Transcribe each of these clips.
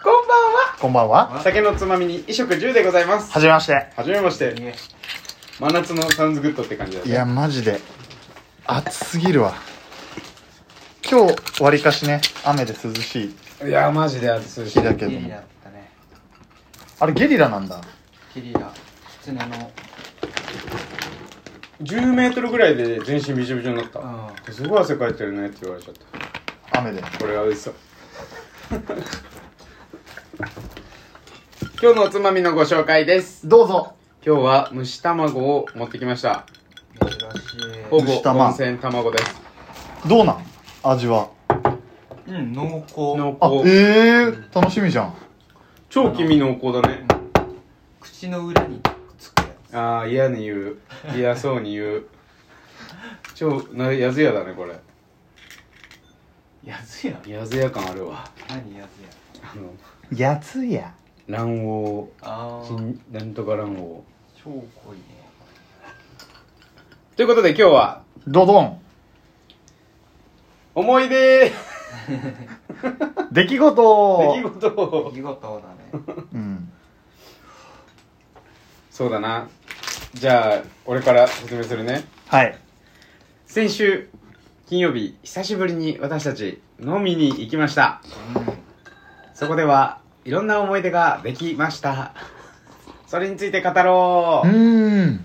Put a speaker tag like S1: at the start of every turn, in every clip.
S1: こんばんは。
S2: 酒のつまみに衣食住でございます
S1: はじめまして。
S2: はじめまして真夏のサウンズグッドって感じだ
S1: い
S2: ね
S1: や、マジで。暑すぎるわ。今日、わりかしね、雨で涼しい
S2: いやマジで暑いし
S1: 日だけ
S3: ゲ
S1: ど
S3: リラ
S1: も
S3: だ。ったね
S1: あれ、ゲリラなんだ。
S3: ゲリラ普通にあの
S2: 10メートルぐらいで全身びしょびしょになった、
S3: うん
S2: すごい汗かいてるねって言われちゃった
S1: 雨で。
S2: これは嘘 今日のおつまみのご紹介です
S1: どうぞ。
S2: 今日は蒸し卵を持ってきました
S3: 珍し
S2: ほ
S3: い
S2: ぼ
S1: 蒸し卵
S2: 温泉卵です
S1: どうなん味は。
S3: うん濃厚
S2: 濃
S1: あ、
S2: 厚
S1: ええー、楽しみじゃん。
S2: 超黄身濃厚だね
S3: 口の裏につくや
S2: ああ嫌に言う嫌そうに言う超なやずやだねこれ
S3: つやずや
S2: やずや感あるわ
S3: 何やずや
S2: あの
S1: やつや。
S2: 卵
S3: あ
S2: 黄
S3: ー
S2: 金なんとか卵黄
S3: 超濃いね
S2: ということで今日は
S1: ドドン。
S2: 思い出
S1: 出来事
S2: 出来事を
S3: 見事だ ね
S1: うん。
S2: そうだなじゃあ俺から説明するね
S1: はい。
S2: 先週金曜日久しぶりに私たち飲みに行きましたそこではいろんな思い出ができましたそれについて語ろ
S1: う
S2: う
S1: ーん。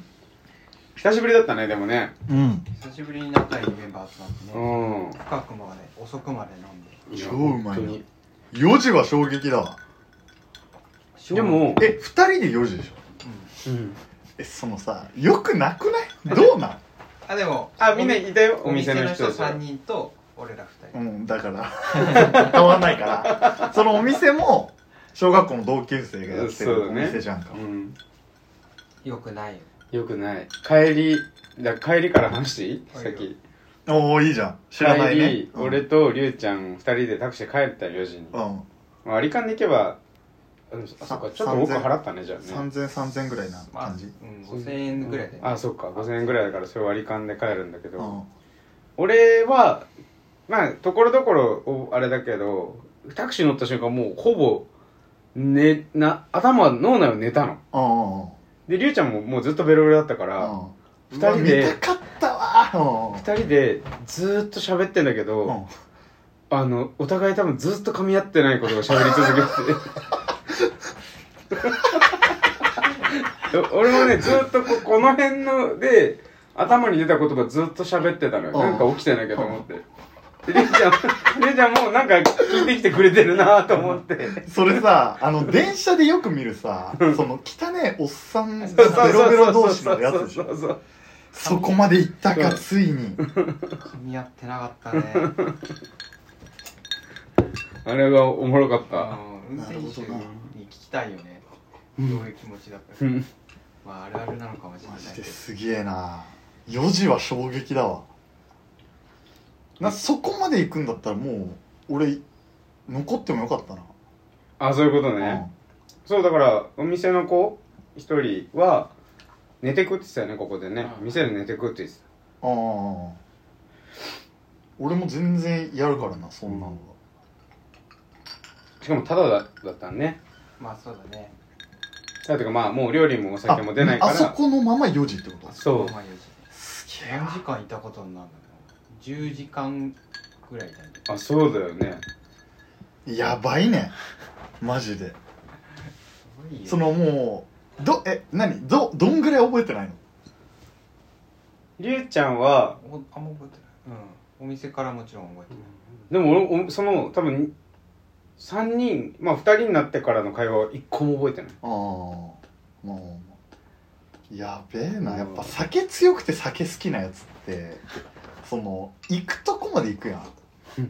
S2: 久しぶりだったねでもね
S1: うん。
S3: 久しぶりに仲いいメンバー集まって
S2: う
S3: ね
S2: ん
S3: 深くまで遅くまで飲んで
S1: 超うまいな
S2: 本当に
S1: 4時は衝撃だわ。
S2: でも、
S1: え、2人で4時でしょ
S2: うん
S1: え、そのさ、よくなくないどうなん
S3: あでも
S2: あみんないたよ
S3: お
S2: お
S3: 店
S2: 店
S3: の
S2: の人
S3: 人
S2: たち
S3: 3人と俺ら2人
S1: うん、だから、 変わんないから。そのお店も、小学校の同級生がやって
S2: そう
S1: るお
S2: だね
S1: 店じゃんか。
S2: うん
S3: よくないよ
S2: よくない帰りだ帰りから話していい
S3: はい
S2: さっき
S1: おおいいじゃん。知らないね。
S2: 帰り俺とりゅうちゃん2人でタクシーで帰ったよ4時に
S1: うん。うん。
S2: まあ割り勘で行けばあでもあそっか
S1: さ
S2: ちょっと多く払ったねじゃあね
S1: 3000、3000ぐらいな
S3: まあ、う
S1: 感じ。
S3: ん、5000円ぐらいで、ね
S2: あそっか5000円ぐらいだからそれ割り勘で帰るんだけ
S1: う
S2: ど、
S1: ん。
S2: 俺はまあところどころおあれだけどタクシー乗った瞬間もうほぼ寝な頭脳内を寝たの
S1: うん。うん。
S2: でりゅうちゃんももうずっとベロベロだったから、二人で
S1: 見たかったわ
S2: 二人でずーっと喋ってんだけど、
S1: うん。うん
S2: あのお互い多分ずーっと噛み合ってないことを喋り続けてて 俺もねずーっとここの辺ので頭に出た言葉ずーっと喋ってたのよ、
S1: うん
S2: なんか起きてないかと思って、でりゅうちゃんりゅうちゃんもなんか聞いてきてくれてるなと思って
S1: それさ、あの、電車でよく見るさ、その、汚ねおっさんが
S2: そうそう
S1: ベロ
S2: そ
S1: ベロ
S2: うそ
S1: 同
S2: う
S1: 士のやつでし
S2: そ
S1: ょ。
S2: うそう
S1: そこまで行ったか、ついに。
S3: 噛み合ってなかった ね、
S2: あれがおもろかっ
S3: う
S2: た、
S3: ん、運転手に聞きたいよねどういう気持ちだったか、
S2: うん
S3: まああるあるなのかもしれな
S1: マ
S3: い
S1: ジ
S3: け
S1: で
S3: ど
S1: すげえな4時は衝撃だわなそこまで行くんだったらもう俺残ってもよかったな、
S2: あそういうことね、そうだからお店の子一人は寝てくって言ってたよねここでね、
S3: うん
S2: 店で寝てくって言ってた
S1: うんああ俺も全然やるからなそんなの
S2: しかもタダだだったんね
S3: まあそうだね
S2: タダというかまあもう料理もお
S1: が、
S2: 酒も出ないか
S1: ああそ
S2: ら
S1: このまま4時ってこと
S2: そう
S3: まあ4
S1: す
S3: 時何時間いたことになるの10時間ぐらいだね
S2: あそうだよね
S1: げえやばいねマジです
S3: ごいよね
S1: そのもうどえ何どどんぐらい覚えてないの
S2: りゅうちゃんは
S3: おあんま覚えてないうんお店からもちろん覚えて
S2: でも俺おその多分3人まあ2人になってからの会話は1個も覚えてない
S1: ああもうやべえなやっぱ酒強くて酒好きなやつってその行くとこまで行くやん
S3: ない、うん、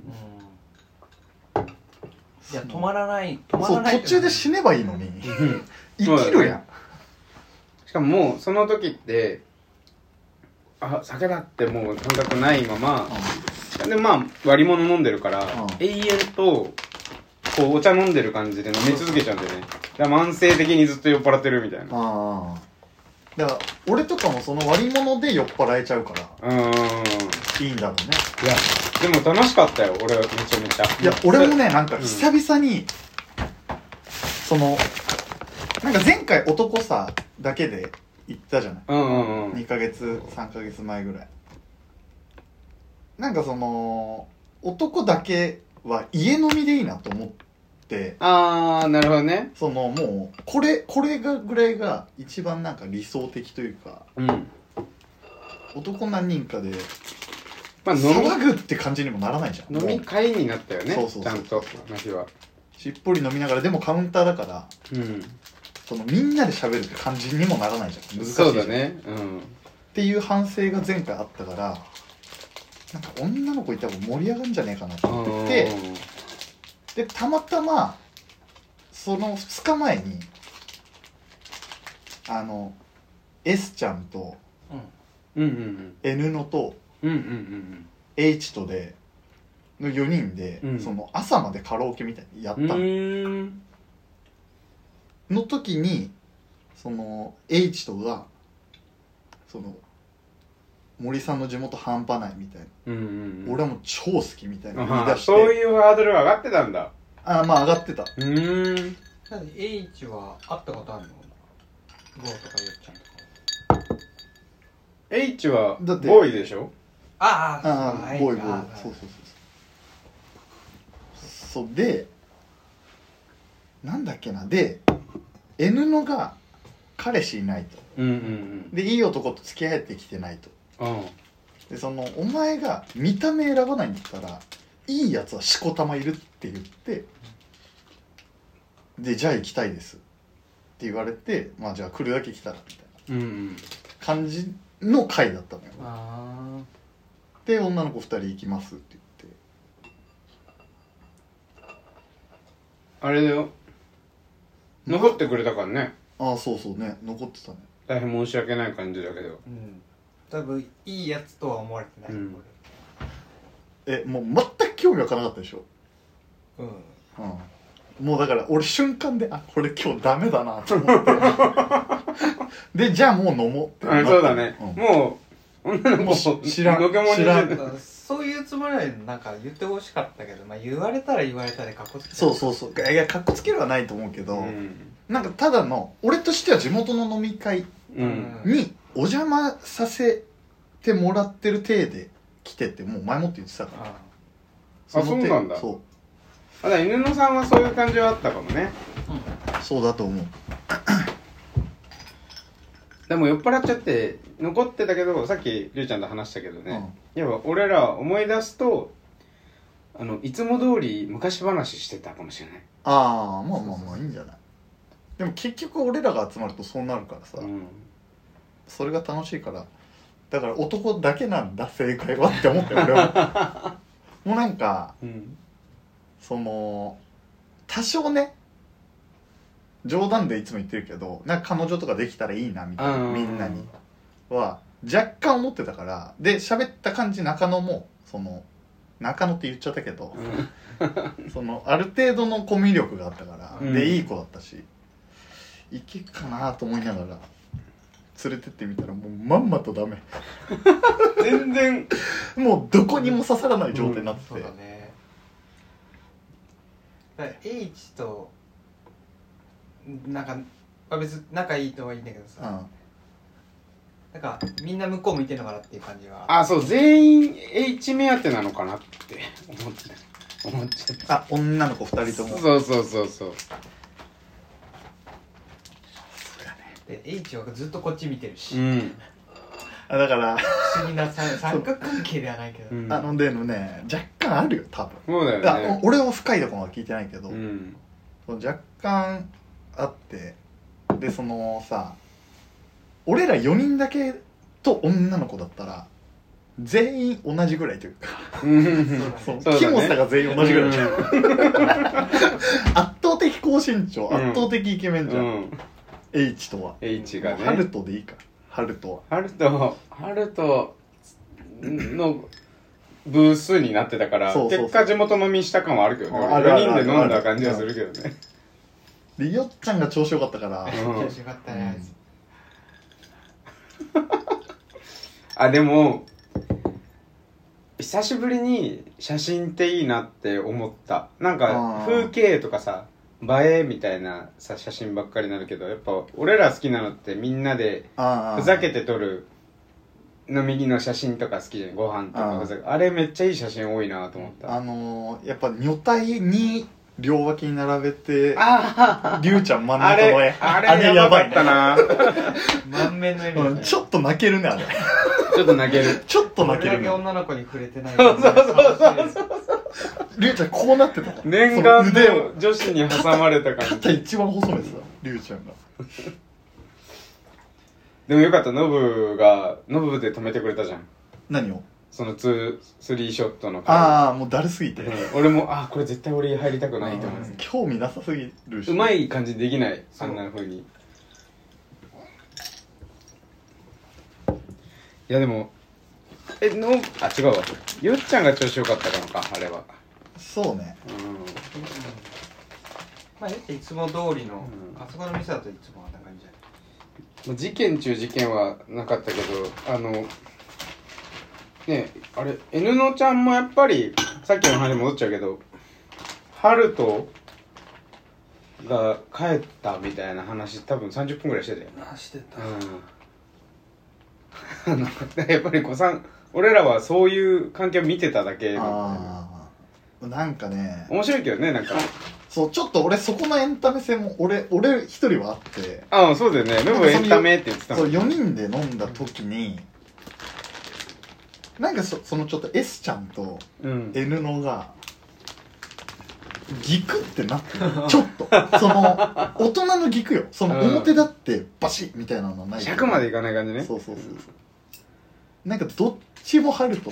S3: いや止まらない止ま
S1: そ
S3: ら
S1: う
S3: ない
S1: 途中で死ねばいいのに生きるやん
S2: しかももうその時ってあ酒だってもう感覚ないまま、でまあ割り物飲んでるから、
S1: ん
S2: 永遠とこうお茶飲んでる感じで飲み続けちゃうんだよねだから慢性的にずっと酔っ払ってるみたいな
S1: ああだから俺とかもその割り物で酔っ払えちゃうから
S2: うーんい
S1: いいんだろうね
S2: やでも楽しかったよ俺はめちゃめちゃ
S1: いや俺もねなんか久々に、そのなんか前回男さだけで行ったじゃない、
S2: うんうんうん
S1: 2ヶ月3ヶ月前ぐらいなんかその男だけは家飲みでいいなと思って
S2: ああなるほどね
S1: そのもうこれこれがぐらいが一番なんか理想的というか
S2: うん
S1: 男何人かで
S2: まあ飲
S1: 騒ぐって感じにもならないじゃん
S2: み飲
S1: もう
S2: み会になったよね
S1: そうそうそう
S2: ちゃんとあの日は
S1: しっぽり飲みながらでもカウンターだから
S2: うん
S1: そのみんなで喋るって感じにもならないじゃん難しいじゃん
S2: そうだねうん
S1: っていう反省が前回あったからなんか女の子いたら盛り上がるんじゃねえかなと思って
S2: うんうんうん
S1: でたまたまその2日前にあの S ちゃんと
S2: うんうん
S1: N のと
S2: うんうんうん
S1: H とでの4人で、
S2: うん
S1: その朝までカラオケみたいにやっ
S2: う
S1: た
S2: んうんう
S1: の,、
S2: ーん
S1: 時にその H とがその森さんの地元半端ないみたいな、
S2: うんうんうん
S1: 俺はもう超好きみたいな言い
S2: あ
S1: 出
S2: ー
S1: して
S2: そういうハードルは上がってたんだ
S1: あーまあ上がってた
S2: うーん
S3: だって H は会ったことあるのゴーとかよっちゃんとか
S2: H は
S1: だって
S2: ボーイでしょ
S3: あ
S1: ああボーイボ
S3: あ
S1: ーイそうそうそうそうそうでなんだっけなで N のが彼氏いないと
S2: うんうん
S1: でいい男と付き合ってきてないと
S2: うんうん
S1: でそのお前が見た目選ばないんだったらいいやつはしこたまいるって言ってでじゃあ行きたいですって言われてまあじゃあ来るだけ来たらみたい
S2: うんう
S1: な
S2: ん
S1: 感じの回だったのよ
S3: あ
S1: で女の子2人行きますって言って
S2: あれだよ残ってくれたからね
S1: ああそうそうね残ってたね
S2: 大変申し訳ない感じだけど
S3: あうん多分いいやつとは思われてない、
S2: うん
S1: えもう全く興味わからなかったでしょ、
S3: 俺うん
S1: うん、もうだから俺瞬間であこれ今日ダメだなと思って でじゃあもう飲もうってな
S2: あ
S1: った
S2: そうだね、
S1: ん
S2: もう女の
S1: もう
S2: 子
S1: し知らん
S2: のけもんにして
S1: 知らん
S3: だからそういうつもりはなんか言ってほしかったけど、まあ、言われたら言われたでかっこつけ
S1: そう
S3: う
S1: そうそういやかっこつけるはないと思うけど、
S2: うん
S1: なんかただの俺としては地元の飲み会
S2: うん
S1: にお邪魔させてもらってる体で来てってもう前もって言ってたから
S3: あ
S1: の
S2: そう
S1: 手
S2: なんだ
S1: そう
S2: あだから犬のさんはそういう感じはあったかもね
S1: そうだと思う
S2: でも酔っ払っちゃって残ってたけどさっきりゅうちゃんと話したけど
S1: うん
S2: ね、やっぱ俺ら思い出すとあのいつも通り昔話してたかもしれない
S1: ああまあまあまあいいんじゃないでも結局俺らが集まるとそうなるからさ、
S2: うん
S1: それが楽しいからだから男だけなんだ正解はって思って俺は もうなんか
S2: うん
S1: その多少ね冗談でいつも言ってるけどなんか彼女とかできたらいいなみたいなみんなには若干思ってたからで喋った感じ中野もその中野って言っちゃったけど
S2: う
S1: そのある程度のコミュ力があったから、
S2: うん
S1: でいい子だったしいけっかなと思いながら連れてってみたらもうまんまとダメ
S2: ん全然
S1: もうどこにも刺さらない状態にな
S3: あ
S1: ってて、
S3: そうだねだから H となんか、まあ、別に仲いいとはいいんだけどさ、なんかみんな向こう向いてるのかなっていう感じは
S2: あそう全員 H 目当てなのかなって思ってた思っちゃっ
S1: あ女の子2
S2: た
S1: 人とも
S2: そうそうそうそう
S3: で H はずっとこっち見てるし、
S2: うん、
S1: あだから、
S3: 不思議な三三角関係ではないけど、
S2: うん、
S1: あのでもね若干あるよ多分
S2: そうだ
S1: あ
S2: よね
S1: 俺は深いところは聞いてないけど、
S2: うん
S1: 若干あってでそのさ俺ら4人だけと女の子だったら全員同じぐらい というか
S2: うん
S1: そ
S2: そ
S1: う
S2: うだね
S1: キモさが全員同じぐらい、
S2: うん
S1: 圧倒的高身長、
S2: うん
S1: 圧倒的イケメンじゃん、
S2: うん
S1: H とは
S2: H が
S1: ハル
S2: ね
S1: トでいいからハルトは
S2: ハルトハルトのブースになってたから
S1: そうそうそう
S2: 結果地元飲みした感はあるけどね
S1: あるある
S2: 4人で飲ん
S1: あるあ
S2: だ
S1: る
S2: 感じはするけどね
S1: でよっちゃんが調子よかったから
S2: うん
S3: 調子よかったね、
S2: あでも久しぶりに写真っていいなって思ったなんか
S1: あー
S2: 風景とかさ映えみたいなさ写真ばっかりになるけどやっぱ俺ら好きなのってみんなで
S1: ああ
S2: ふざけて撮る飲み着の写真とか好きじゃんご飯と
S1: う
S2: か
S1: ん
S2: ふざけあれめっちゃいい写真多いなと思った
S1: あ
S2: あ
S1: のー、やっぱ女体に両脇に並べて
S2: あ
S1: りゅうちゃん真ん
S2: あ
S1: 中の絵
S2: れあれやばかった
S1: ね
S2: な
S3: 満面の笑
S1: う
S3: み
S1: んちょっと泣けるねあれ
S2: ちょっと泣ける
S1: ちょっと
S3: こ
S1: 泣
S3: れ
S1: け
S3: だ
S1: る
S3: け
S1: ね
S3: 女の子に触れてないそうそうそうそう
S1: りゅうちゃんこうなってた
S2: 念願
S1: その腕を
S2: の女子に挟まれた感
S1: 肩
S2: じ
S1: 一番細めてたりゅうちゃんが
S2: でもよかったノブがノブで止めてくれたじゃん
S1: 何を
S2: そのツースリーショットの回
S1: ああもうだるすぎて
S2: うん俺もあこれ絶対俺入りたくないと思って
S1: 興味なさすぎるし
S2: うまい感じにできない
S3: そ
S2: あ
S3: うん
S2: なふうにいやでもえのあ違うわよっちゃんが調子良かったのかあれは
S1: そうね
S2: う
S3: まあ言っていつも通りの
S2: うん
S3: あそこの店だといつもあんな感じだ
S2: ん事件中事件はなかったけどあのねえあれ N のちゃんもやっぱりさっきの話に戻っちゃうけどハルトが帰ったみたいな話多分30分ぐらいしてたよね
S3: なしてた
S2: うん あのやっぱり子さん俺らはそういう関係を見てただけ面
S1: ああなんかね
S2: 白いけどねなんか
S1: そうちょっと俺そこのエンタメ性も俺俺一人はあって
S2: ああそうだよねでもエンタメって言ってた
S1: そ
S2: も
S1: うん4人で飲んだ時になんかそそのちょっと S ちゃんと
S2: うん
S1: N のがギクって なってるちょっとその大人のギクよその
S2: うん
S1: 表だってバシッみたいなのはない
S2: 100までいかない感じね
S1: そうそうそうそうなんかどっちもハルト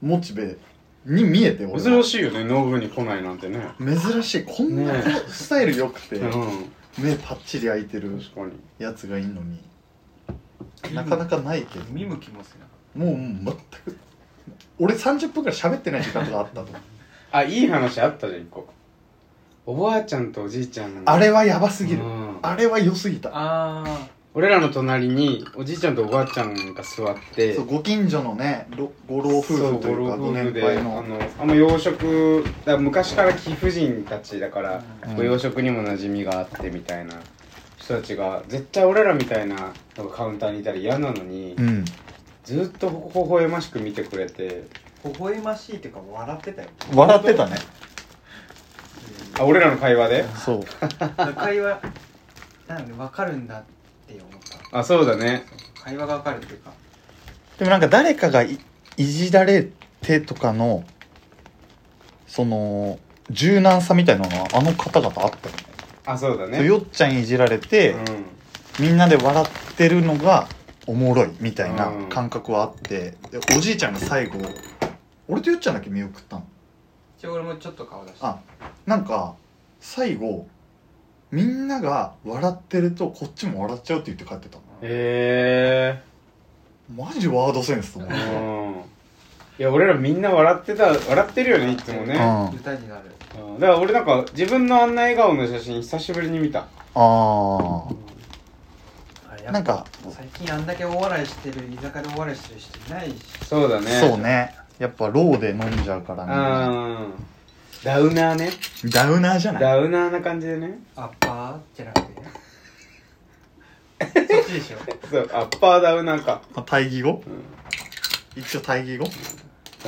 S1: モチベに見えて俺は
S2: 珍しいよねノブに来ないなんてね
S1: 珍しいこんな
S2: ねえ
S1: スタイル良くて、
S2: うん
S1: 目パッチリ開いてる
S2: 確かに
S1: やつがいいのになかなかないけど
S3: 見向きもせなかっ
S1: もうもう全く俺30分くらい喋ってない時間とかあったと思う
S2: あいい話あったじゃん一個おばあちゃんとおじいちゃん
S1: あれはやばすぎる、
S2: うん
S1: あれは良すぎた
S3: たあ
S2: 俺らの隣におじいちゃんとおばあちゃんが座って
S1: そうご近所のねろご老夫婦という
S2: そ
S1: か
S2: うご
S1: ご
S2: 老夫婦
S1: 年
S2: で
S1: 配
S2: あ
S1: の
S2: のあんま洋食だから昔から貴婦人たちだから、
S1: うん
S2: こう洋食にも馴染みがあってみたいな人たちが絶対俺らみたいなのがカウンターにいたら嫌なのに、
S1: うん
S2: ずっと微笑ましく見てくれて
S3: あ微笑ましいっていうか笑ってたよ
S1: 笑ってたね
S2: あ俺らの会話で
S1: そう
S3: 会話なんで分かるんだって思った
S2: あそうだね
S3: 会話が分かるっていうか
S1: でもなんか誰かがいいじられてとかのその柔軟さみたいなのはあの方々あったよね
S2: あそうだ
S1: そう
S2: ね
S1: よっちゃんいじられて、
S2: うん
S1: みんなで笑ってるのがおもろいみたいな
S2: うん
S1: 感覚はあって、でおじいちゃんが最後俺とよっちゃんだけ見送ったの
S3: 一応俺もちょっと顔出して
S1: あなんか最後みんなが笑ってるとこっちも笑っちゃうって言って帰ってた
S2: へ
S1: のマジワードセンスと思う
S2: えうんいや俺らみんな笑ってた笑ってるよねいつもね、
S1: うん
S3: 歌になる
S2: うんだから俺なんか自分のあんな笑顔の写真久しぶりに見た
S1: あ
S3: あれ
S1: あなんか
S3: 最近あんだけお笑いしてる居酒屋でお笑いしてる人いないし
S2: そうだね
S1: そうねやっぱローで飲んじゃうからね
S2: うんダウナーね
S1: ダウナーじゃない
S2: ダウナーな感じでね
S3: アッパーじゃなくてねそっちでしょ
S2: そうアッパーダウナーか
S1: まあ対義語
S2: うん
S1: 一応対義語
S2: だか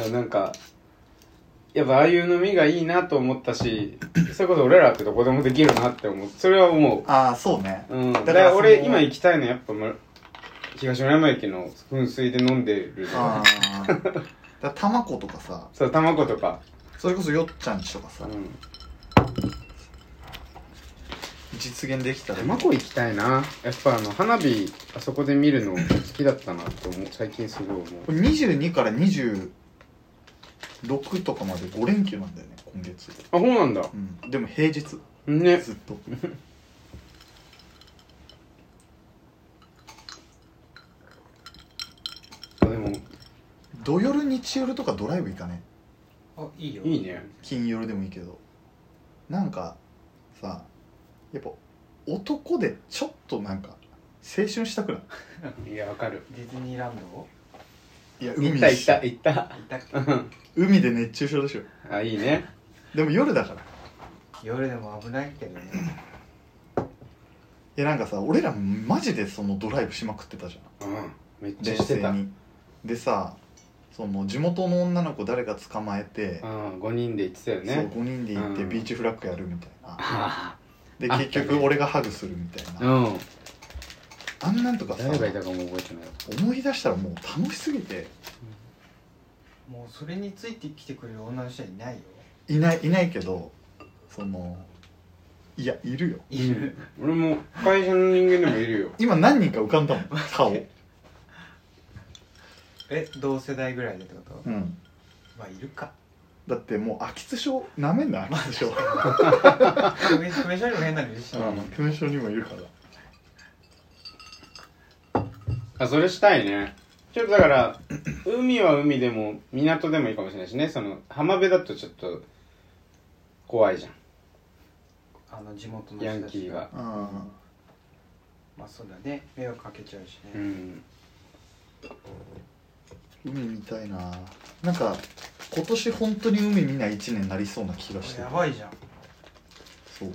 S2: らなんかやっぱああいう飲みがいいなと思ったしそれこそ俺らってどこでもできるなって思うそれは思
S1: ああそうね
S2: う、うん、だか
S1: だから
S2: ら
S1: その
S2: 俺今行きたいのやっぱむ東村山駅の噴水で飲んでるじゃ
S1: あ
S2: ん
S1: あ だから玉子とかさ
S2: そう卵とか、
S1: それこそよっちゃんちとかさ
S2: うん、
S1: 実現できたら
S2: 山子行きたいなやっぱあの花火あそこで見るの好きだったなって思う最近すごい思う
S1: これ22から26とかまで5連休なんだよね今月、
S2: あそうなんだ
S1: うん、でも平日ず
S2: ね
S1: っと
S2: でも
S1: 土夜日夜とかドライブ行かね
S3: あいいよ
S2: いいね
S1: 金夜でもいいけどなんかさやっぱ男でちょっとなんか青春したくない
S2: やわかる
S3: ディズニーランドを
S1: いいや
S2: 行
S1: 海
S2: った
S1: だ
S2: 行っ
S1: した
S2: 行った
S3: 行ったっけ
S2: うん
S1: 海で熱中症でしょ
S2: あいいね
S1: でも夜だから
S3: 夜でも危ないけどね
S1: いやなんかさ俺らマジでそのドライブしまくってたじゃ
S2: うんめっ
S1: ん
S2: ちゃ
S1: 冷
S2: して
S1: 静
S2: たうん
S1: にでさその地元の女の子誰か捕まえて、
S2: 5人で行ってたよ
S1: そう
S2: ね
S1: 5人で行って
S2: うん
S1: ビーチフラッグやるみたいな、
S2: あ
S1: で
S2: あったね
S1: 結局俺がハグするみたい
S2: あ
S1: な、
S2: うん
S1: あんなんとかさ
S2: 誰がいたかも覚えてない
S1: 思い出したらもう楽しすぎて
S3: もうそれについてきてくれる女の人はいないよ
S1: いないいないけどそのいやいるよ
S3: いる
S2: 俺も会社の人間でもいるよ
S1: 今何人か浮かんだも ん顔
S3: え同世代ぐらいでってこと
S1: うん
S3: まあいるか
S1: だってもう秋津症なめんな秋津 症
S3: 久米久米少にも変なのいるし
S1: うん久米症にもいるから
S2: あそれしたいねちょっとだから海は海でも港でもいいかもしれないしねその浜辺だとちょっと怖いじゃん
S3: あの地元の
S2: ヤ
S3: 人
S2: ン
S3: た
S2: キ
S3: ち
S2: ー
S3: が
S2: が
S1: うん
S3: まあそうだね迷惑かけちゃうし
S2: う
S3: ね
S2: ん
S1: 海見たいななんか今年本当に海見ない一年になりそうな気がして
S3: やばいじゃん
S1: そう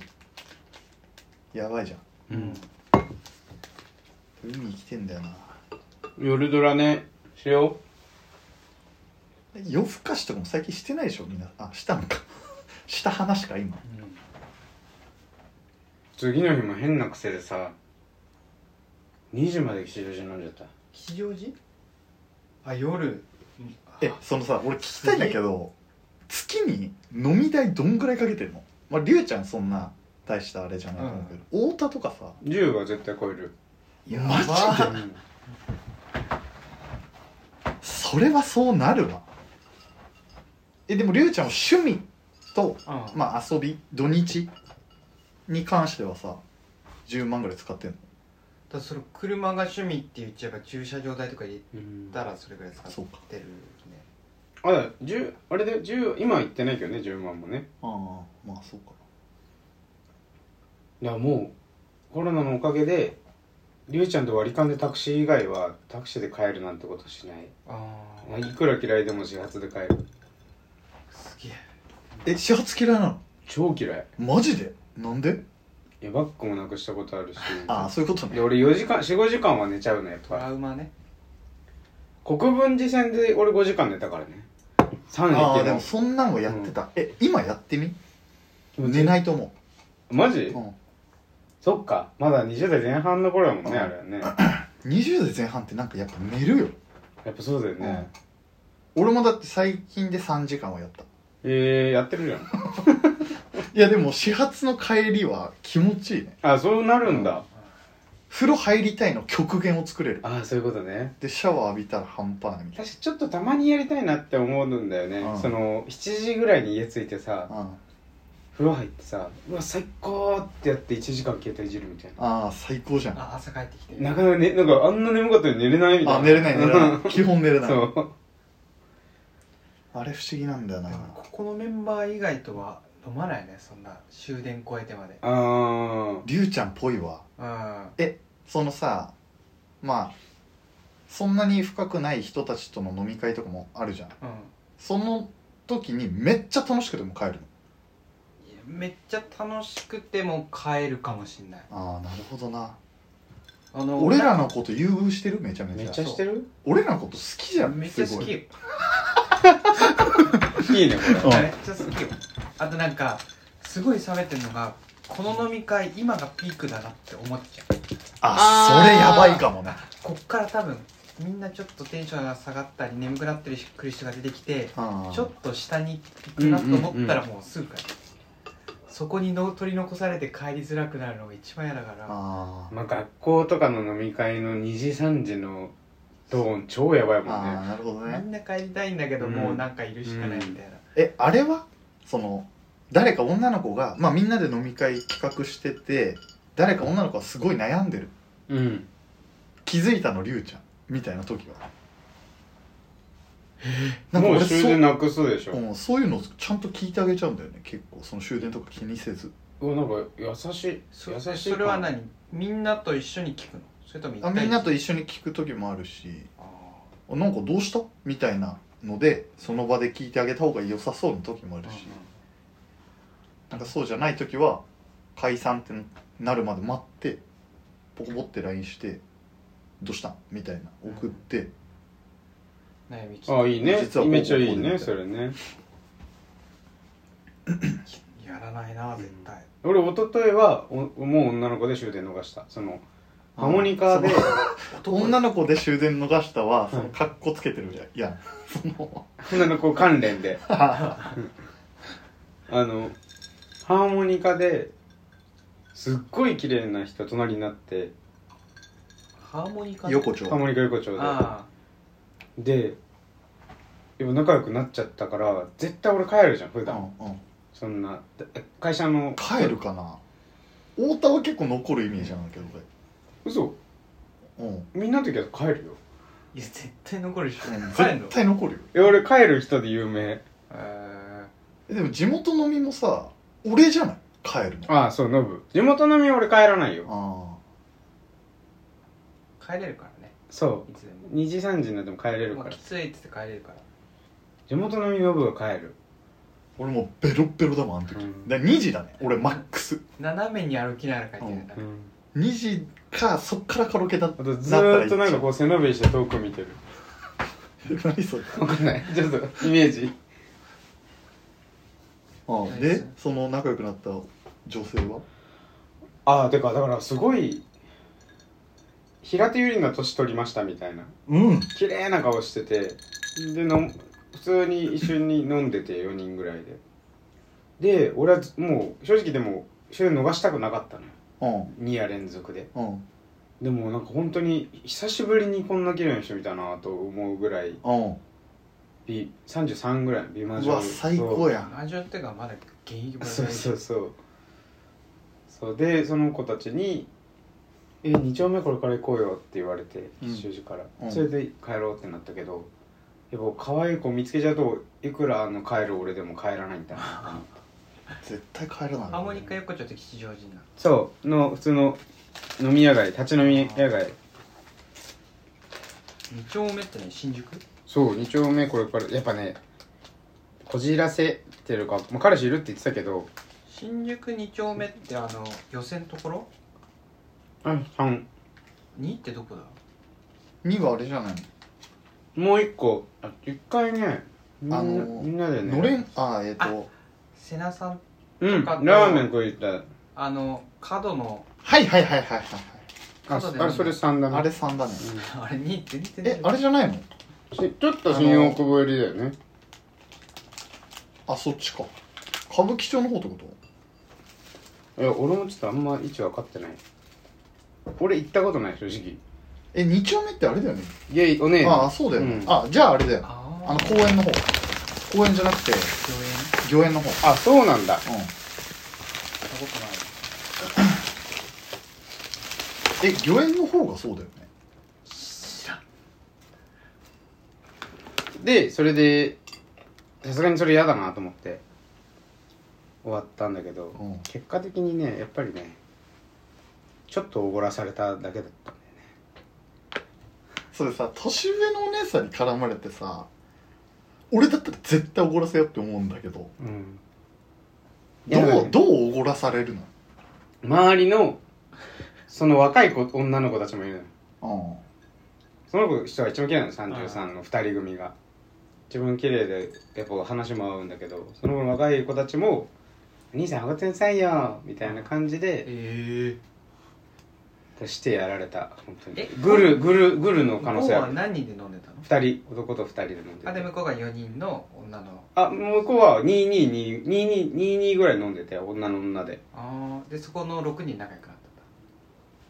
S1: やばいじゃん
S2: うん
S1: 海生きてんだよな
S2: 夜ドラねしよ
S1: 夜更かしとかも最近してないでしょみんなあしたのか した話か今
S3: うん
S2: う次の日も変な癖でさ2時まで吉祥寺飲んじゃった
S3: 吉祥寺あ夜
S1: えそのさ俺聞きたいんだけど月に飲み代どんぐらいかけてんのまありゅうちゃんそんな大したあれじゃないと思うけど、太田とかさ
S2: 10は絶対超える
S3: やば
S1: マジで
S2: うん
S1: それはそうなるわえでもりゅうちゃんは趣味と、
S3: うん
S1: まあ、遊び土日に関してはさ10万ぐらい使ってんの
S3: だその車が趣味って言っちゃえば駐車場代とか入れ
S2: うん
S3: たらそれぐらい使っ
S1: そうか
S3: てるね
S2: あ10あれで10今は言ってないけどね10万もね
S1: ああまあそうか
S2: だからもうコロナのおかげでりゅうちゃんと割り勘でタクシー以外はタクシーで帰るなんてことしない
S3: あ
S2: まあいくら嫌いでも自発で帰る
S3: あすげえ
S1: え始発嫌いな
S2: 超嫌い
S1: のマジでなんで
S2: いやバッグもなくしたことあるし
S1: ああそういうこと
S2: で
S1: ね
S2: 俺4時間45時間は寝ちゃうのやっ
S3: ト
S2: ぱ
S3: ラウマね
S2: 国分寺線で俺5時間寝たからね3
S1: ああ
S2: 駅
S1: で
S2: の
S1: もそんなんをやってた、え今やってみ寝ないと思
S2: マジ、
S1: う、うん、
S2: そっかまだ20代前半の頃やもんね、あれはね
S1: 20代前半ってなんかやっぱ寝るよ、
S2: やっぱそうだよね、
S1: 俺もだって最近で3時間はやった
S2: えー、やってるじゃん
S1: いやでも始発の帰りは気持ちいいね
S2: あそうなるんだ、
S1: 風呂入りたいの極限を作れる
S2: ああそういうことね
S1: でシャワー浴びたら半端ないみたい
S2: 私ちょっとたまにやりたいなって思うんだよね、
S1: うん
S2: その7時ぐらいに家着いてさ
S1: な、うん、
S2: 風呂入ってさうわ最高ってやって1時間携帯いじるみたいな
S1: ああ最高じゃんあ
S3: あ朝帰ってきて
S2: なかなか、ね、なんかあんな眠かったのに寝れないみたいな
S1: 寝れない寝れない基本寝れない
S2: そう
S1: あれ不思議なんだよな
S3: でもここのメンバー以外とは飲まないねそんな終電超えてまで
S2: あー
S1: りゅうちゃんっぽいわ
S3: うん
S1: そのさまあそんなに深くない人たちとの飲み会とかもあるじゃん
S3: う
S1: その時にめっちゃ楽しくても帰るの
S3: んいやめっちゃ楽しくても帰るかもしんない
S1: ああなるほどな
S3: あの
S1: 俺らのこと優遇してるめちゃめ
S2: め
S1: ち
S2: っ
S1: ゃ
S2: ちゃしてる
S1: 俺らのこと好きじゃん
S3: めっちゃ好き
S1: す
S3: よ
S2: いいねこれ
S1: ごいうん
S3: めっちゃ好きよあとなんかすごい冷めてるのがこの飲み会今がピークだなって思っちゃう
S1: あ
S2: あー
S1: それやばいかもね
S3: こっから多分みんなちょっとテンションが下がったり眠くなってるクリストが出てきてち
S1: ち
S3: ょっと下に行くなと思ったらもうすぐ帰る、そこにの取り残されて帰りづらくなるのが一番嫌だから
S1: あー
S2: まあ、学校とかの飲み会の2時3時のドーン超やばいもん
S1: あー
S2: ね
S1: なるほど
S3: み
S1: ね
S3: んな帰りたいんだけど、
S2: うん
S3: もうなんかいるしかないみたいな、
S1: えあれはその誰か女の子が、まあ、みんなで飲み会企画してて誰か女の子がすごい悩んでる
S2: うん
S1: 気づいたのりゅうちゃんみたいな時はなんか
S2: もう
S1: 俺
S2: 終
S1: そ
S2: 電
S1: う
S2: なくすでしょ
S1: うん、そういうのちゃんと聞いてあげちゃうんだよね結構その終電とか気にせず
S2: うわなんか優しい
S3: そ
S2: 優しいか
S3: それは何みんなと一緒に聞くのそれとも一
S1: あ
S3: 対一
S1: みんなと一緒に聞く時もあるし
S3: あ
S1: あなんかどうしたみたいなのでその場で聞いてあげた方が良さそうな時もあ
S3: ー
S1: るし、なんかそうじゃない時は解散ってなるまで待ってポコポって LINE して「どうしたん?」みたいな送って
S3: 悩み聞
S2: ああいいね
S1: 実はこう
S2: めっちゃいい
S1: こうこ
S2: ね
S1: う
S2: それね
S3: きやらないな絶対、
S2: 俺一昨日はおもう女の子で終電逃したそのハーモニカで
S1: その女
S3: 女
S1: の子で終電逃したはその
S2: うん
S1: かっこつけてるじゃんい やその
S2: 女の子関連で
S1: あ
S2: あのハーモニカですっごい綺麗な人隣になって
S3: ハーモニカ
S1: 横丁
S2: ハーモニカ横丁で
S3: あ
S2: ででも仲良くなっちゃったから絶対俺帰るじゃん普
S1: うん
S2: 段、
S1: うん
S2: そんなだ会社の
S1: 帰るかな太田は結構残るイメージなんだけど
S2: 嘘
S1: 俺うん
S2: みんなの時は帰るよ
S3: あいや絶対残るでしょ帰るの
S1: 絶対残るよ
S2: え俺帰る人で有名
S3: え
S1: えでも地元飲みもさ俺じゃない帰るのあ
S2: ああそうノブ地元のみ俺帰らないよ
S1: あ
S3: ー帰れるからね
S2: そ
S3: いつでも
S2: う2時3時になっても帰れる
S3: も
S2: か
S3: う
S2: ら
S3: きついって言って帰れるから
S2: 地元のみノブは帰る
S1: 俺もうベロッベロだもんあの時、
S2: うん
S1: だから2時だね俺マックス
S3: 斜めに歩きながら帰ってるんだ、
S2: うん
S1: 2時かそっからカラオケだっ
S2: あ
S1: た
S2: とずーっとなんかこう背伸びして遠く見てる
S1: 何それ
S2: わかんない ちょっとイメージ
S1: ああでその仲良くなった女性は
S2: ああてかだからすごい平手友梨奈年取りましたみたいな
S1: うん
S2: 綺麗な顔しててでの普通に一緒に飲んでて4人ぐらいでで俺はずもう正直でも終電逃したくなかったのよ
S1: うん
S2: 2夜連続で
S1: うん
S2: でもなんか本当に久しぶりにこんな綺麗な人見たなと思うぐらい
S1: うん
S2: 美33ぐらい美魔
S1: う
S2: 女
S1: わ最高やん
S3: マジョっていうかまだ現役バリバリ
S2: そうそうそうそうでその子たちに「え2丁目これから行こうよ」って言われて
S1: うん
S2: 吉祥寺から、
S1: うん
S2: それで帰ろうってなったけどやっぱ可愛い子見つけちゃうといくらあの帰る俺でも帰らないんだな
S1: 絶対帰らない
S3: ハーモニカ横丁って吉祥寺な
S2: そうの普通の飲み屋街立ち飲み屋街
S3: 二丁目ってね新宿
S2: そう2丁目これからやっぱねこじらせてるか、まあ、彼氏いるって言ってたけど
S3: 新宿二丁目ってあの予選ところ
S2: あ三
S3: 2ってどこだ
S1: 2はあれじゃない
S2: もう一個あ一回ねみんな,、
S1: あの
S2: みんなでね
S1: ののれんああえっ、と
S3: 瀬名さん
S2: うん
S3: とかと
S2: ラーメン食いたい
S3: あの角の
S1: はいはいはいはいはいはい
S2: あ
S3: 角で
S2: あれそれ3だね
S1: あれ3だね
S3: あれ2全然
S1: えあれじゃないの
S2: うんちちょっと新大久保寄りだよね
S1: あそっちか歌舞伎町の方ってこと
S2: いや俺もちょっとあんま位置分かってない俺行ったことない正直
S1: え二丁目ってあれだよね
S2: イェイおねえ
S1: ああそうだよね、
S2: うん
S1: あじゃああれだよ
S3: あ
S1: あ
S3: あ
S1: の公園の方公園じゃなくて
S3: 共演し
S1: 御苑の方
S2: あそうなんだ
S1: うん
S3: たことない
S1: え御苑の方がそうだよね
S3: 知らん
S2: でそれでさすがにそれ嫌だなと思って終わったんだけど、
S1: うん
S2: 結果的にねやっぱりねちょっとおごらされただけだったんだよね
S1: それさ年上のお姉さんに絡まれてさ俺だったら絶対おごらせよって思うんだけど
S2: うんい
S1: ど
S2: やだから
S1: う
S2: ね
S1: どうおごらされる
S2: 周りのその若い子女の子たちもいるのよ
S1: の
S2: その子人が一番綺麗なの33の2人組が自分綺麗でやっぱ話も合うんだけどその子の若い子たちも「兄さん上がってなさいよ」みたいな感じで
S3: え
S2: してやられた本当に
S3: え
S2: グルグルグルの可能性あ
S3: は
S2: る
S3: 何人で飲んでたの
S2: 2人男と2人で飲んで
S3: あで
S2: て
S3: 向こうが4人の女の
S2: あ向こうは2222ぐらい飲んでて女の女で
S3: ああでそこの6人仲良くなっ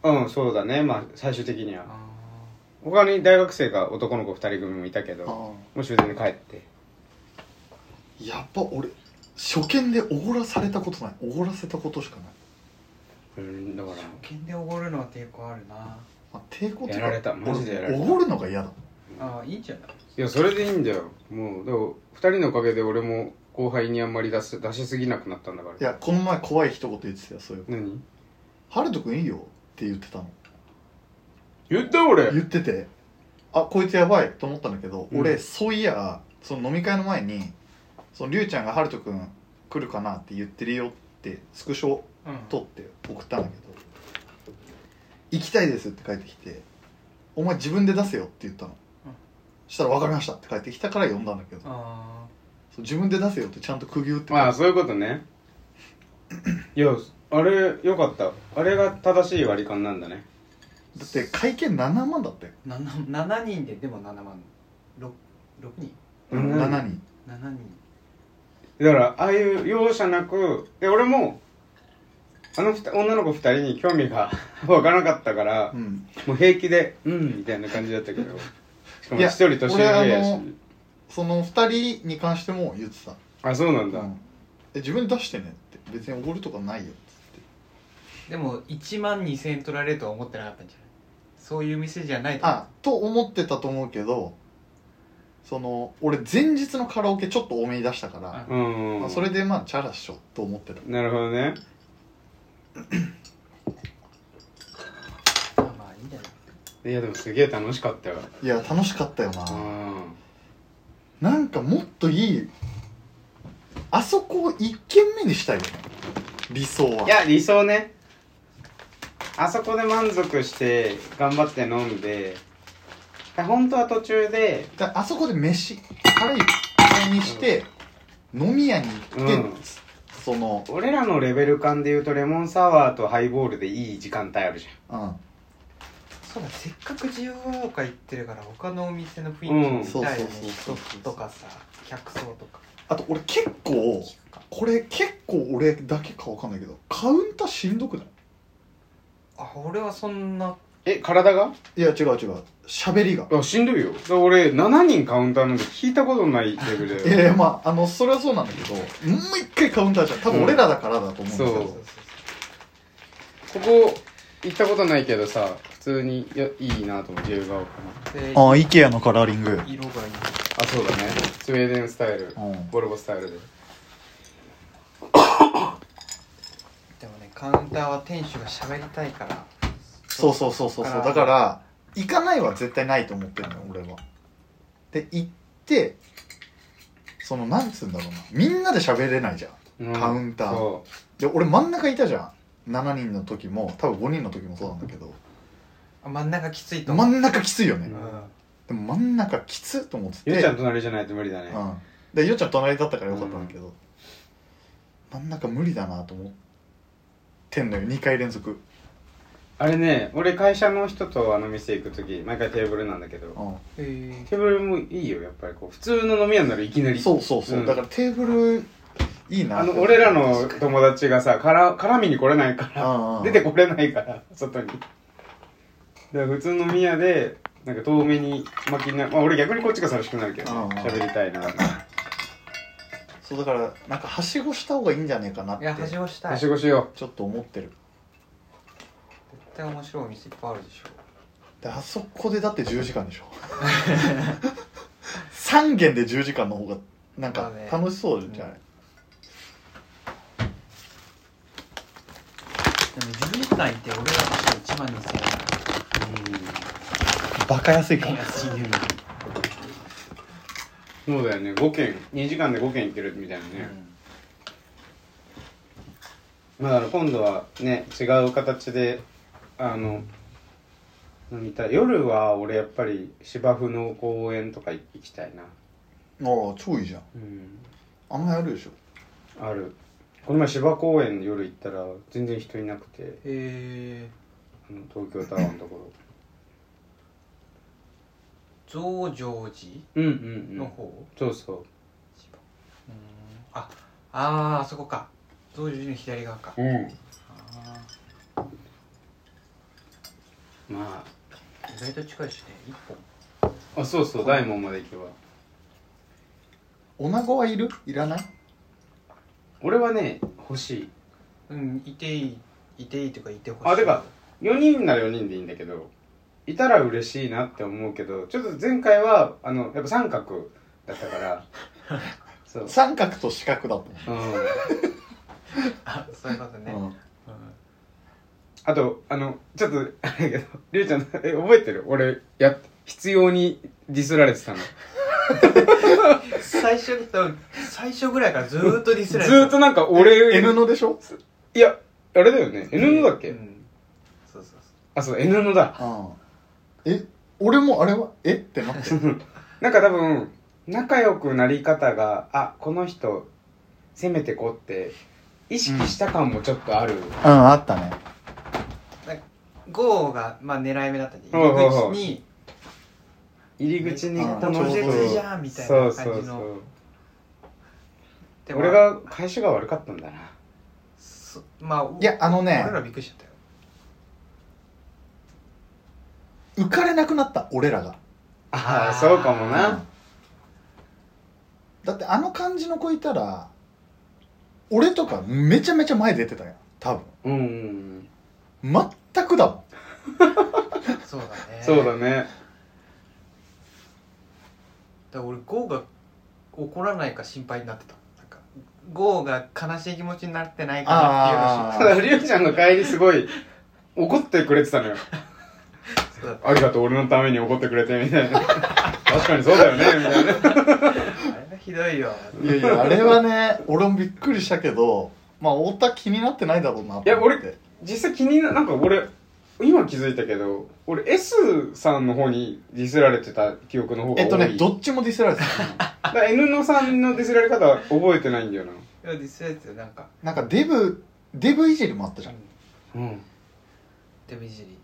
S3: たんだ
S2: うんそうだねまあ最終的には
S3: あ
S2: 他に大学生が男の子2人組もいたけ
S1: う
S2: ど
S1: ん
S2: も
S1: あ
S2: う終電で帰って
S1: ーやっぱ俺初見でおごらされたことないおごらせたことしかない、
S2: うんだから
S3: あ保険でおごるのは抵抗あるな
S1: まあ、抵抗っていうか
S2: やられたマジでやられた
S1: 俺おごるのが嫌だ
S3: ああいいんじゃない
S2: いやそれでいいんだよもうでも2人のおかげで俺も後輩にあんまり出す出しすぎなくなったんだから
S1: いやこの前怖い一言言ってたよそういう
S2: 何
S1: 「ハルト君いいよ」って言ってたの
S2: 言った俺
S1: 言っててあこいつやばいと思ったんだけど、
S2: うん
S1: 俺そういやその飲み会の前にそのりゅうちゃんが「ハルト君来るかな?」って言ってるよっってスクショ
S3: うん
S1: 撮って送ったんだけど「行きたいです」って返ってきて「お前自分で出せよ」って言ったの
S3: うん
S1: したら「分かりました」って返ってきたから呼んだんだけど
S3: あ
S1: そう自分で出せよってちゃんと釘打って
S2: まあ
S1: た
S2: そういうことねいやあれよかったあれが正しい割り勘なんだね
S1: だって会見7万だったよ、
S3: あ 7, 7人ででも7万 6, 6人
S2: うん
S1: 7人
S3: 7人
S2: だからああいう容赦なくで俺もあのふた女の子二人に興味が わからなかったから
S1: うん
S2: もう平気で「うん」みたいな感じだったけどしかも
S1: いや
S2: 一人年上やし
S1: 俺あその2人に関しても言ってた
S2: あそうなんだ、
S1: うんえ自分で出してねって別におごるとかないよっつって
S3: でも1万2000円取られるとは思ってなかったんじゃないそういう店じゃないと思う
S1: あと思ってたと思うけどその俺前日のカラオケちょっと多めに出したから、
S2: うん、
S1: まあ、それでまあチャラっしょと思ってた
S2: なるほどね
S3: まあまあいいんじゃない
S2: いやでもすげえ楽しかったよ
S1: いや楽しかったよな、
S2: うん
S1: なんかもっといいあそこを1軒目にしたいよね理想はい
S2: や理想ねあそこで満足して頑張って飲んで本当は途中で
S1: だからあそこで飯腹いっぱいにして、飲み屋に行って、
S2: うん
S1: その
S2: 俺らのレベル感で言うとレモンサワーとハイボールでいい時間帯あるじ
S1: うん
S3: そうだせっかく自由が丘行ってるから他のお店の雰囲気
S1: う
S3: 見
S1: ん
S3: たいよね
S1: そうそうそうそう
S3: 人とかさ客層とか
S1: あと俺結構
S3: 聞くか
S1: これ結構俺だけかわかんないけどカウンターしんどくない
S3: あ俺はそんな
S2: え体が
S1: いや違う違う喋りが
S2: あしんどいよだから俺7人カウンターなんて聞いたことないレベル
S1: い
S2: だ
S1: やい
S2: よ
S1: やまああのそれはそうなんだけどもう一回カウンターじゃん多分俺らだからだと思うんですけ
S2: そ
S1: ど、
S2: うここ行ったことないけどさ普通にいやいいなと思って自由が丘
S3: そうで
S1: ああ IKEA のカラーリング
S3: 色がいい
S2: あそうだねスウェーデンスタイル
S1: うん
S2: ボルボスタイルで
S3: でもねカウンターは店主が喋りたいから
S1: そうそうそうそうそうだから行かないは絶対ないと思ってるのよ俺はで行ってそのなんつうんだろうなみんなで喋れないじゃん
S2: うん
S1: カウンター
S2: そ
S1: で俺真ん中いたじゃん7人の時も多分5人の時もそうなんだけど
S3: あ真ん中きついと思
S1: 真
S3: う、
S1: ん中きついよ
S2: う
S1: ね、
S2: ん
S1: でも真ん中きつと思ってて
S2: うゆうちゃん隣じゃないと無理だね
S1: うん、でゆうちゃん隣だったからよかったんだけど、真ん中無理だなと思ってんのよ2回連続、
S2: あれね俺会社の人とあの店行く時毎回テーブルなんだけど
S1: うん
S3: え
S2: テーブルもいいよやっぱりこう普通の飲み屋ならいきなり
S1: そうそうそう、
S2: うん
S1: だからテーブルいいな
S2: あの
S1: って
S2: 俺らの友達がさから絡みに来れないから
S1: うんうん
S2: 出てこれないから外にだから普通の飲み屋でなんか遠目に巻きな、まあ、俺逆にこっちが寂しくなるけど
S1: うんうん
S2: ね喋、りたいな
S1: そうだからなんかはしごした方がいいんじゃねえかなっ
S3: い
S1: て
S3: やはしごした
S2: はいし
S3: 絶
S2: ごしよ
S1: ちょっと思ってる
S3: 対面白いお店いっぱいあるでしょ
S1: であそこでだって10時間でしょ3軒で10時間の方がなん
S3: ま
S1: か
S3: あね
S1: 楽しそうじゃない、
S3: でも10時間いて俺らとして1万2000円
S1: バカ安いから
S3: 安いね
S2: う、そうだよね5軒2時間で5軒行ってるみたいなね、まあ、だから今度はね違う形であの飲みたい夜は俺やっぱり芝生の公園とか行きたいな
S1: ああ超いいじゃん
S2: うん
S1: あんまやるでしょ
S2: あるこの前芝公園夜行ったら全然人いなくて
S3: え
S2: あの東京タワーのとこ
S3: ー、増上寺
S2: ろうんうんう
S3: の
S2: ん
S3: 方、
S2: そうそう
S3: うんああーあそこか増上寺の左側か
S2: うん
S3: あ
S2: ま
S3: ー意外と近いしね一本
S2: ああそうそう大門まで行けば
S1: 女子はいるいらない
S2: 俺はね欲しい
S3: うんいていいいていいというかいてほしい
S2: あてか4人なら4人でいいんだけどいたら嬉しいなって思うけどちょっと前回はあのやっぱ三角だったから そう、
S1: 三角と四角だと
S2: うん、
S3: あそういうことね、
S1: 思う、
S3: うん
S2: あとあのちょっとあれだけどりゅうちゃんえ覚えてる俺や必要にディスられてたの
S3: 最初多分最初ぐらいからずーっとディス
S2: ず
S3: られてた
S2: ーっとなんか俺
S1: N のでしょ
S2: いやあれだよね N のだっけ、
S3: うん、そうそう
S2: あそう N のだ
S1: うんえ俺もあれはえってなって
S2: なんか多分仲良くなり方があこの人攻めてこうって意識した感もちょっとある、
S1: うんあったね
S3: そうゴーが、まあ、狙い目だったんで
S2: はいはいはい
S3: 入り口
S2: 入
S3: に
S2: り口に
S1: あ
S2: この
S1: ちょうどいい
S3: じゃんみたいな
S2: そう
S3: 感じの
S2: そうそう
S3: でも
S2: 俺が返しが悪かったんだな
S3: そまあ
S1: いやあのね
S3: 俺らびっくりしちゃった
S1: 浮
S3: よ
S1: かれなくなった俺らが
S2: ああそうかも
S1: うん
S2: な
S1: だってあの感じの子いたら俺とかめちゃめちゃ前出てたやん多
S2: うん、うん、
S1: 分全くだもん
S3: そうだね
S2: そう
S3: だ
S2: だね
S3: から俺ゴーが怒らないか心配になってたなんかゴーが悲しい気持ちになってないかなっていう
S1: あ
S3: のを
S2: た
S1: ー
S2: だりゅうちゃんの帰りすごい怒ってくれてたのよ
S3: 心配そうだっ
S2: ありがとう俺のために怒ってくれてみたいな確かにそうだよねみたいな
S3: たあれがひどいよ
S1: いやいやあれはね俺もびっくりしたけどまあ太田気になってないだろうなと
S2: いや
S1: 思っ
S2: 俺
S1: て
S2: 実際気にななんか俺今気づいたけど俺 S さんの方にディスられてた記憶の方が多い
S1: えっとねどっちもディスられてた
S2: だから N のさんのディスられ方は覚えてないんだよな
S3: でもディスられてたよなんか、
S1: なんかデブデブいじりもあったじゃん
S2: うん
S3: でもいじり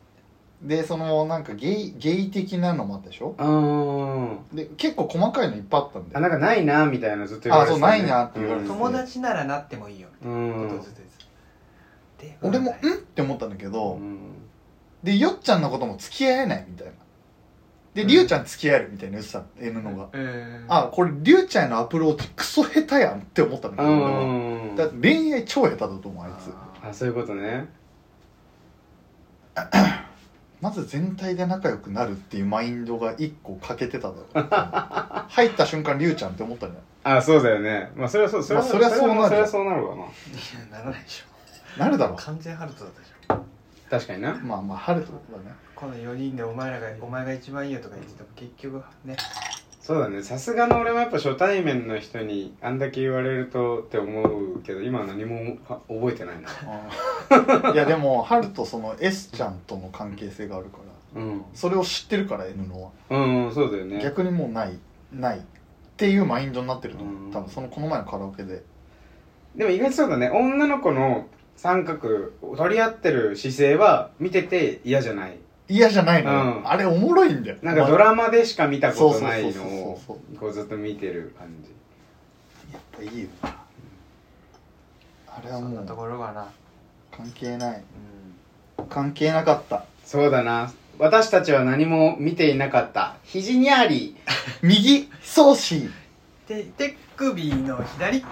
S1: でそのなんかゲイゲイ的なのもあったでしょ
S2: あー
S1: で結構細かいのいっぱいあったんで
S2: あなんかないなみたいなずっと言われてた、ね、
S1: あそうないなって言われてた
S3: 友達ならなってもいいよ
S2: う
S3: みたい
S2: ん
S3: なことをずっと言ってた
S1: 俺も「
S3: で
S1: ん?」って思ったんだけど、
S2: うん
S1: でよっちゃんのことも付き合えないみたいなで
S2: うん
S1: りゅうちゃん付き合えるみたいな言ってた N のが、
S3: うん
S1: あこれりゅうちゃんへのアプローチクソ下手やんって思ったんだけど俺は
S2: うん
S1: だって恋愛超下手だと思うあいつ
S2: あそういうことね
S1: まず全体で仲良くなるっていうマインドが一個欠けてただろう 入った瞬間りゅうちゃんって思ったんじ
S2: あそうだよねまあそれはそうそれは、
S1: まあそれはそうなる
S2: それはそうなるわな
S3: あならないでしょ
S1: ゃないなるだろ
S3: 完全ハルトだったでしょ
S2: 確かにな
S1: うまあまあ春とことだね
S3: この4人でお前らがお前が一番いいよとか言ってても結局ね
S2: そうだねさすがの俺もやっぱ初対面の人にあんだけ言われるとって思うけど今は何もは覚えてないな
S1: うんいやでも春とその S ちゃんとの関係性があるから
S2: うん
S1: それを知ってるから N のは
S2: うん、うん、そうだよね
S1: 逆にもうないないっていうマインドになってると
S2: う
S1: 思
S2: ん
S1: う多分そのこの前のカラオケで
S2: でも意外とそうだね女の子の三角取り合ってる姿勢は見てて嫌じゃない
S1: 嫌じゃないのよ、
S2: うん
S1: あれおもろいんだよ
S2: なんかドラマでしか見たことない
S1: そ
S2: の
S1: うそう
S2: を
S1: そうそう
S2: こうずっと見てる感じ
S1: やっぱいいよなあれは
S3: そん
S1: も
S3: なと
S1: う
S3: ころがな
S1: 関係ない
S3: うん
S1: 関係なかった
S2: そうだな私たちは何も見ていなかった肘にあり
S1: 右ソーシー
S3: で手首の左